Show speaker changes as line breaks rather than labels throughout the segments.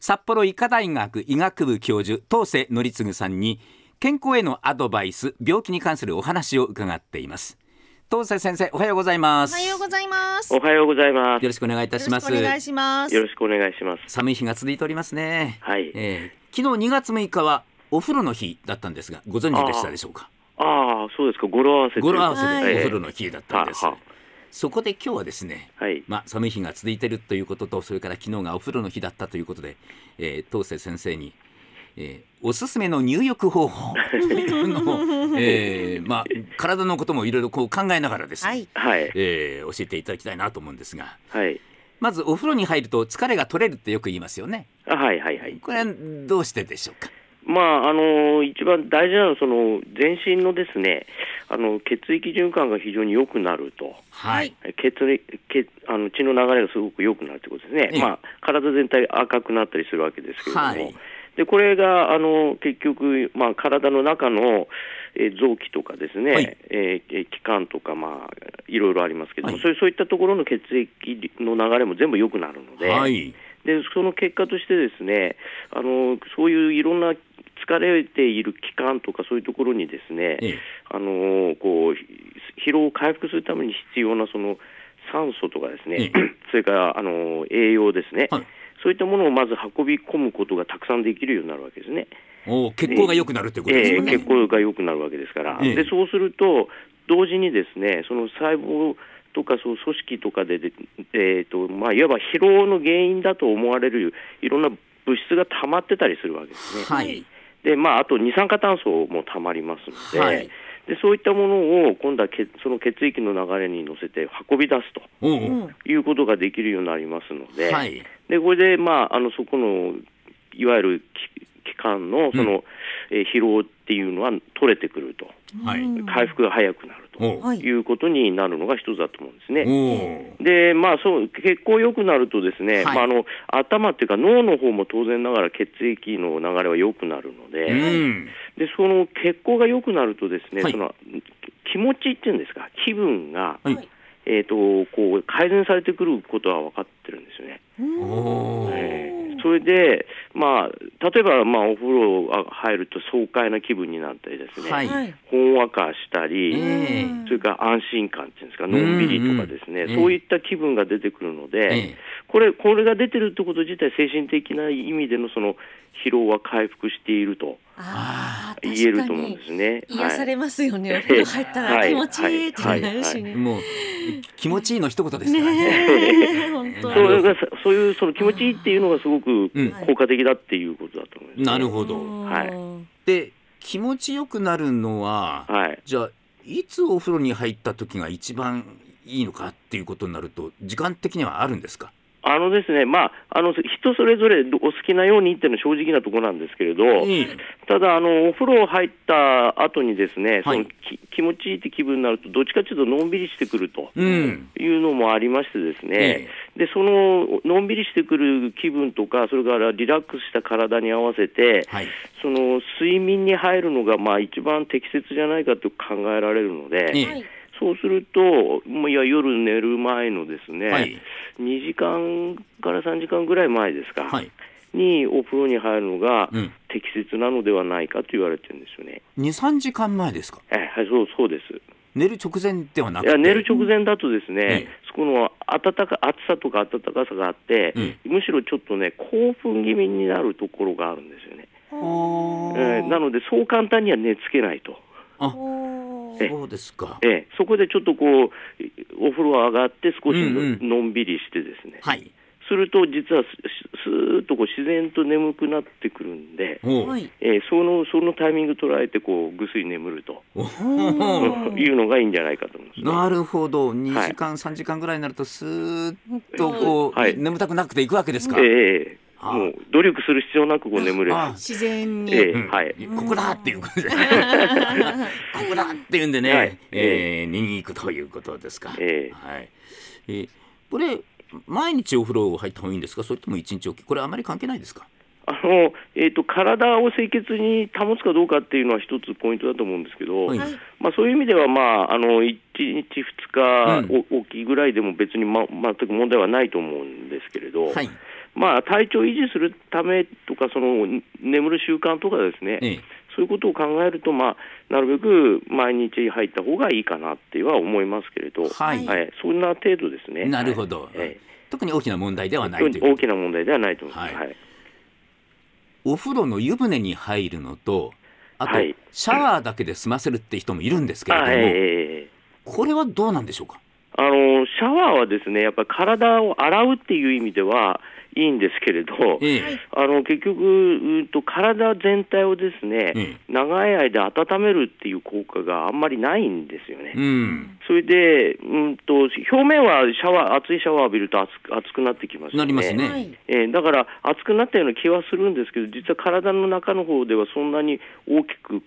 札幌医科大学医学部教授当世則次さんに健康へのアドバイス病気に関するお話を伺っています当世先生おはようございま
お
す
はようございます。
おはようございます。
よろしくお願いいたします
よろしくお願いします。
よろしくお願いします。
寒い日が続いておりますね、
はい。
えー昨日2月6日はお風呂の日だったんですがご存知でしたでしょうか
ああ、そうですか。語呂合わせとい
語
う
呂合わせ
は
で
い
お風呂の日だったんです、
はあは
そこで今日はですね
あはい。
まあ、寒い日が続いてるということとそれから昨日がお風呂の日だったということで、えー、東瀬先生に、えーおすすめの入浴方法 というのを、えーまあ、体のこともいろいろこう考えながらですね、
はい。
はい。
えー教えていただきたいなと思うんですが
はい。
まずお風呂に入ると疲れが取れるってよく言いますよね。
あはいはいはい。
これはどうしてでしょうか
まあ、あの一番大事なのは、その、全身のですね、あの、血液循環が非常に良くなると。
はい、
血液血あの血の流れがすごく良くなるということです
ええ
ね、まあ、体全体赤くなったりするわけですけれども、
はい
でこれがあの結局、まあ、体の中の、えー臓器とかですね、
はい
えーえー器官とか、まあ、いろいろありますけども、
はい
そういうそういったところの血液の流れも全部良くなるので,、
はい
でその結果としてですねあのそういういろんな疲れている器官とかそういうところにですね、
ええ
あのこうひ疲労を回復するために必要なその酸素とかですね、
え
それからあの栄養ですね、
はい
そういったものをまず運び込むことがたくさんできるようになるわけですね。
お血行が良くなるということです
え
よ
ー
ね。
血行が良くなるわけですから、
ええ
でそうすると、同時にですねその細胞とかそう組織とかでで、えーとまあ、いわば疲労の原因だと思われるいろんな物質が溜まってたりするわけですね。
はい、
で、まあ、あと二酸化炭素もたまりますので,、
はい
でそういったものを今度は血その血液の流れに乗せて運び出すと
おう
う。
おうん
いうことができるようになりますので,、
はい
でこれで、まあ、あのそこのいわゆるき器官のその、えー疲労っていうのは取れてくると
はい
うん
回。復が早くなると、
おう
はい。
いうことになるのが一つだと思うんですね。
おう
で、まあ、そう血行良くなるとです
は
ね、
い
まあ、あの頭っていうか脳の方も当然ながら血液の流れは良くなるので、
うん
でその血行が良くなるとですね、
はい
その気持ちっていうんですか気分が、
はい
えー、とこう改善されてくることは分かってるんですよね。
うん
おう
えーそれで、まあ、例えば、まあ、お風呂が入ると爽快な気分になったりですね、
はい
はい。
ほんわかしたり、
ええ
それから安心感っていうんですか、のんびりとかですね、
うんうん
そういった気分が出てくるので、
ええ
これ、これが出てるってこと自体、精神的な意味でのその疲労は回復していると
ああ、
言
確
える
か
と思うんで
に。
すね。
癒さ
はい
れますよね。
はい
お風呂入ったら
はい
気持ちいいってなるしね。
もう気持ちいいの一言ですからね。
ねえ、本当。
そ
なる
れ
ほど
がさそういうその気持ちいいっていうのがすごく
うん
効果的だっていうことだと思います、
なるほ
ほ
ど。で気持ちよくなるのは、
はい。
じゃあいつお風呂に入った時が一番いいのかっていうことになると時間的にはあるんですか。
あのですね、まあ、あの人それぞれお好きなようにっていうのは正直なところなんですけれど、
ええ
ただあの、お風呂入った後にですね、そ
はい
のき気持ちいいって気分になると、どっちかというとのんびりしてくると
うん。
いうのもありましてですね、でそののんびりしてくる気分とか、それからリラックスした体に合わせて、
はい。
その睡眠に入るのがまあ一番適切じゃないかと考えられるので、
ええ
はい。
そうすると、もういや夜寝る前のですね、
はい。
2時間から3時間ぐらい前ですか、
はい。
にお風呂に入るのが
うん。
適切なのではないかと言われてるんですよね。
二三時間前ですか。
えはい、そうそうです
寝る直前ではなく
い
て。
や寝る直前だとです
ええ
ね、そこの暖か暑さとか暖かさがあって、
え
むしろちょっとね、興奮気味になるところがあるんですよね。
おー
えーなので、そう簡単には寝つけないと。
お
え
ー
そうですか。
ええ、そこでちょっとこう、お風呂上がって少し
うんうん
ののんびりしてですね、
はい。
すると実はすすーっとこう自然と眠くなってくるんで、
おう
はい。
ええ、そのそのタイミング捉えてこうぐっすり眠ると
お
う
ー
ん
いうのがいいんじゃないかと思います、ね。
なるほど。二時間三時間ぐらいになるとスーッ
本
とこう、
はい
眠たくなくていくわけですか。
ええええ
ああ
もう努力する必要なくこう眠れる。
あ
自然に。
ええ
うん
はい
ここだっていう ことで、こ こだっていうんでね、
はい
えー、寝に行くということですか。
ええ
はい。えーこれ毎日お風呂入った方がいいんですか、それとも一日おき、これあまり関係ないですか。
あのえー、と体を清潔に保つかどうかっていうのは一つポイントだと思うんですけど、
はい
まあ、そういう意味では、まあ、あの1日、2日
う
お、おきぐらいでも別に、ま、全く問題はないと思うんですけれど、
はい。
まあ、体調を維持するためとか、その眠る習慣とかですね、
ええ
そういうことを考えると、まあ、なるべく毎日入った方がいいかなっては思いますけれど、
はい
はい、そんな程度ですね。
なるほど、
はい
特に大きな問題ではないということ
大きな問題ではないと思います。
は
はいい
お風呂の湯船に入るのとあと、
はい
シャワーだけで済ませるって人もいるんですけれども、
あええええ
これはどうなんでしょうか
あのシャワーはですね、やっぱり体を洗うっていう意味ではいいんですけれど、
ええ
あの結局、うんと体全体をですね、
え
長い間温めるっていう効果があんまりないんですよね。
うん、
それで、うんと表面はシャワー熱いシャワー浴びると熱く熱くなってきますよね。
なりますね、
はい。
えーだから熱くなったような気はするんですけど、実は体の中の方ではそんなに大きく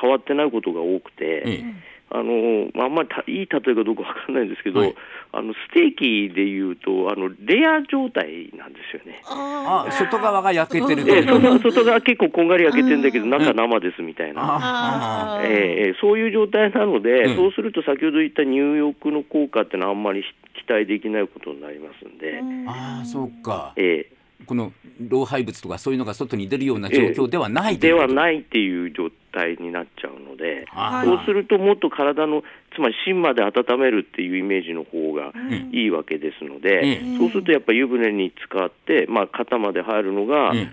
変わってないことが多くて、
え
あのまああんまりたいい例えかどうかわかんないんですけど、
はい
あのステーキでいうとあのレア状態なんですよね。
あ
あ
ー
外側が焼けてると
え
いう
ー外外側結構こんがり焼けてるんだけど中生ですみたいな。
ああ
あ
えーえーそういう状態なので、
うん
そうすると先ほど言った入浴の効果ってのはあんまり期待できないことになりますんで、
ああそうか
え
この老廃物とかそういうのが外に出るような状況ではない
ーでは
いう
ないっていう状態になっちゃうので、
ことああ
そうするともっと体の、つまり芯まで温めるっていうイメージの方が
うん
いいわけですの
え
で、
え
そうするとやっぱり湯船に使って、まあ、肩まで入るのが
ええ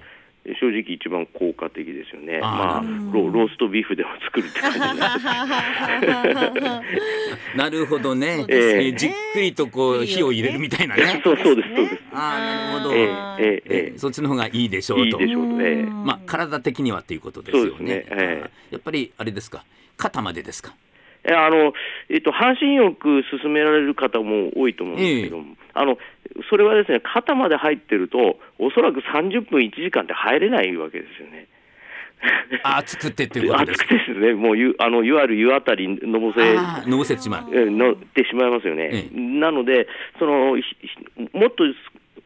正直一番効果的ですよね。ま
あー
あ
なるほ
ロローストビーフでも作るって感じになる。
なるほどね
そうです
ね
ええじっくりとこう
いいよね
火を入れるみたいなね
そうそうですそうです。
ああなるほど、
え
ええええ
え
え
えそっちの方がいいでしょうと
いいでしょうね
うん
まあ、体的にはということですよ
そうで
ね。
すねええ
あーやっぱりあれですか、肩までですか。
えあのえっと、半身浴勧められる方も多いと思うんですけども、あのそれはですね肩まで入ってると、おそらく30分、1時間って入れないわけですよね。
あー熱くてということで
暑
す
く。てですね、もうゆあのいわゆる湯あたりのぼせ
ああ、のぼせてしまう。
え乗ってしまいますよね
え。え
なのでそのひひもっと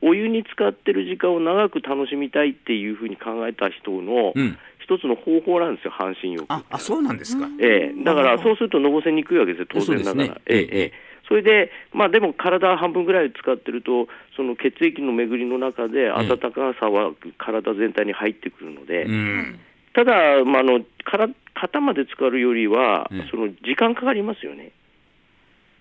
お湯に使ってる時間を長く楽しみたいっていうふうに考えた人の
うん。
一つの方法なんですよ、半身浴。
あ、あ、そうなんですか。
ええ、だか
あ
ら
ー
そうするとのぼせにくいわけですよ、当
そうで
然
す
な
ね
がら。ええ
ええ
ええそれで、まあ、でも体半分ぐらい使ってると、その血液の巡りの中で
え
温かさは体全体に入ってくるので、
うん。
ただ、まあ、あのから肩まで使うよりは、
ええ
その時間かかりますよね、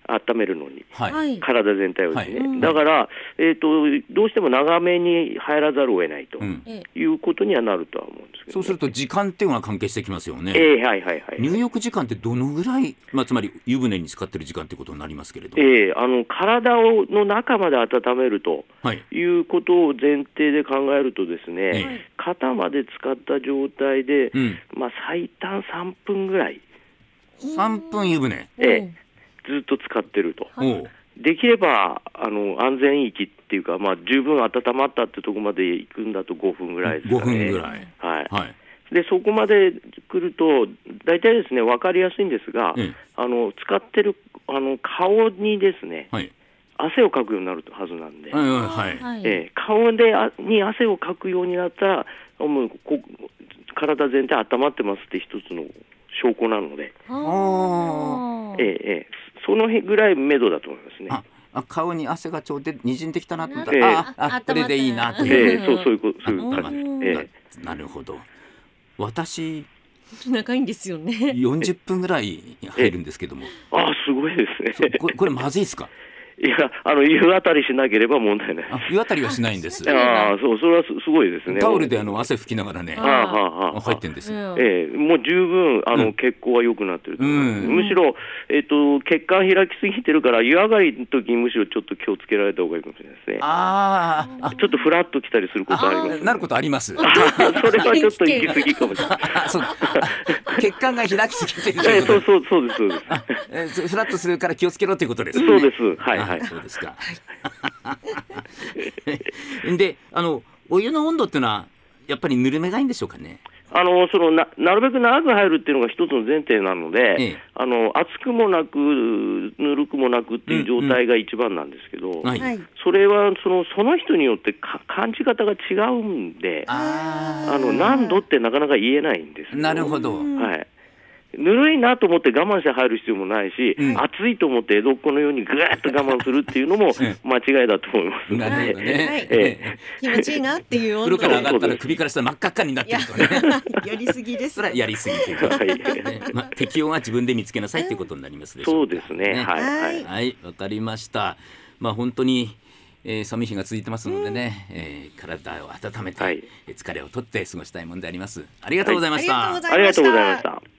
温めるのに、
はい。
はい。
体全体をですね、
はいうん
だから、えーと、どうしても長めに入らざるを得ないと
うん。
ええ
いうことにはなるとは思うんですけどね、
そうすると時間っていうのが関係してきますよね。
ええはいはいはい。
入浴時間ってどのぐらい、まあ、つまり湯船に使ってる時間ってことになりますけれど。
ええあの体をの中まで温めると
はい。
いうことを前提で考えるとです
え
ね、
え
肩まで使った状態で、
うん。
まあ、最短3分ぐらい
三分湯船。
ええずっと使ってると、
おう。
できればあの安全域っていうか、まあ、十分温まったってとこまで行くんだと5分ぐらいです
五
かね。
分ぐらい。
はい、
はい。
でそこまで来ると、大体ですね分かりやすいんですが、
ええ
あの使ってるあの顔にですね
はい。
汗をかくようになるはずなんで、
はい。
あ
はい。はい。
はい。
ええ顔であに汗をかくようになったら、もうこ体全体温まってますって一つの証拠なので、
あー
ええええその辺ぐらい目処だと思いますね。
あ、あ、顔に汗がちょうで、滲んできたなと思った
ええ
ら。あ、あ、これでいいなという。
ええそうそういうことそういう
あ
感じ
うん
ええ
ななるほど私
長いんですよね。
40分ぐらい入るんですけども、
あすごいです
そ
ね
う。これこれまずいですか
いや、あの湯あたりしなければ問題ない
あ湯あたりはしないんです
あ
ああ、そう、それはすすごいですね。
タオルであの汗拭きながらね
ああ、はあ、はあ。
入ってんですよ
うん
ええ、もう十分あ
うん
の血行は良くなってると思います、
うん
むしろ、えっと血管開きすぎてるから湯上がりの時にむしろちょっと気をつけられた方がいいかもしれないですね
あーあ
ちょっとフラッと来たりすることあります
なることあります
それはちょっと行き過ぎかもし れない
あそう血管が開きすぎてると
え
い
え
う
そ
こ
うそうそうですそうです
とでえーフラッとするから気をつけろということですね
そうですはいは
あ
い
そうですか であのお湯の温度っていうのはやっぱりぬるめがいいんでしょうかね
あのそのななるべく長く入るっていうのが一つの前提なので、
ええ
あの熱くもなくぬるくもなくっていう状態が一番なんですけど、
はい
はい。
それはそのその人によってか感じ方が違うんで
あー
あの何度ってなかなか言えないんですよ
なるほど。
うん
はいぬるいなと思って我慢して入る必要もないし、
うん
暑いと思って江戸っ子のようにぐーっと我慢するっていうの も
う
間違いだと思います。
なるほどね。
はい
え
え
気持ちいいなっていう
え風呂
温度
から上
ね
がったら首から下真っ赤っかになっ
い
て
や
るとね。
や りすぎです
それはやりすぎという か、
はい
ねまあ、適用は自分で見つけなさいっていうことになりますでしょ
そう
うか
ですね。はい。は
はい
い。
はい、わかりました。まあ本当に、えー寒い日が続いてますのでね、えー体を温めて、
はい
えー疲れを取って過ごしたいもんであります。ありがとうございま
あ
し
り
た。
がとうございました
ありがとうございました。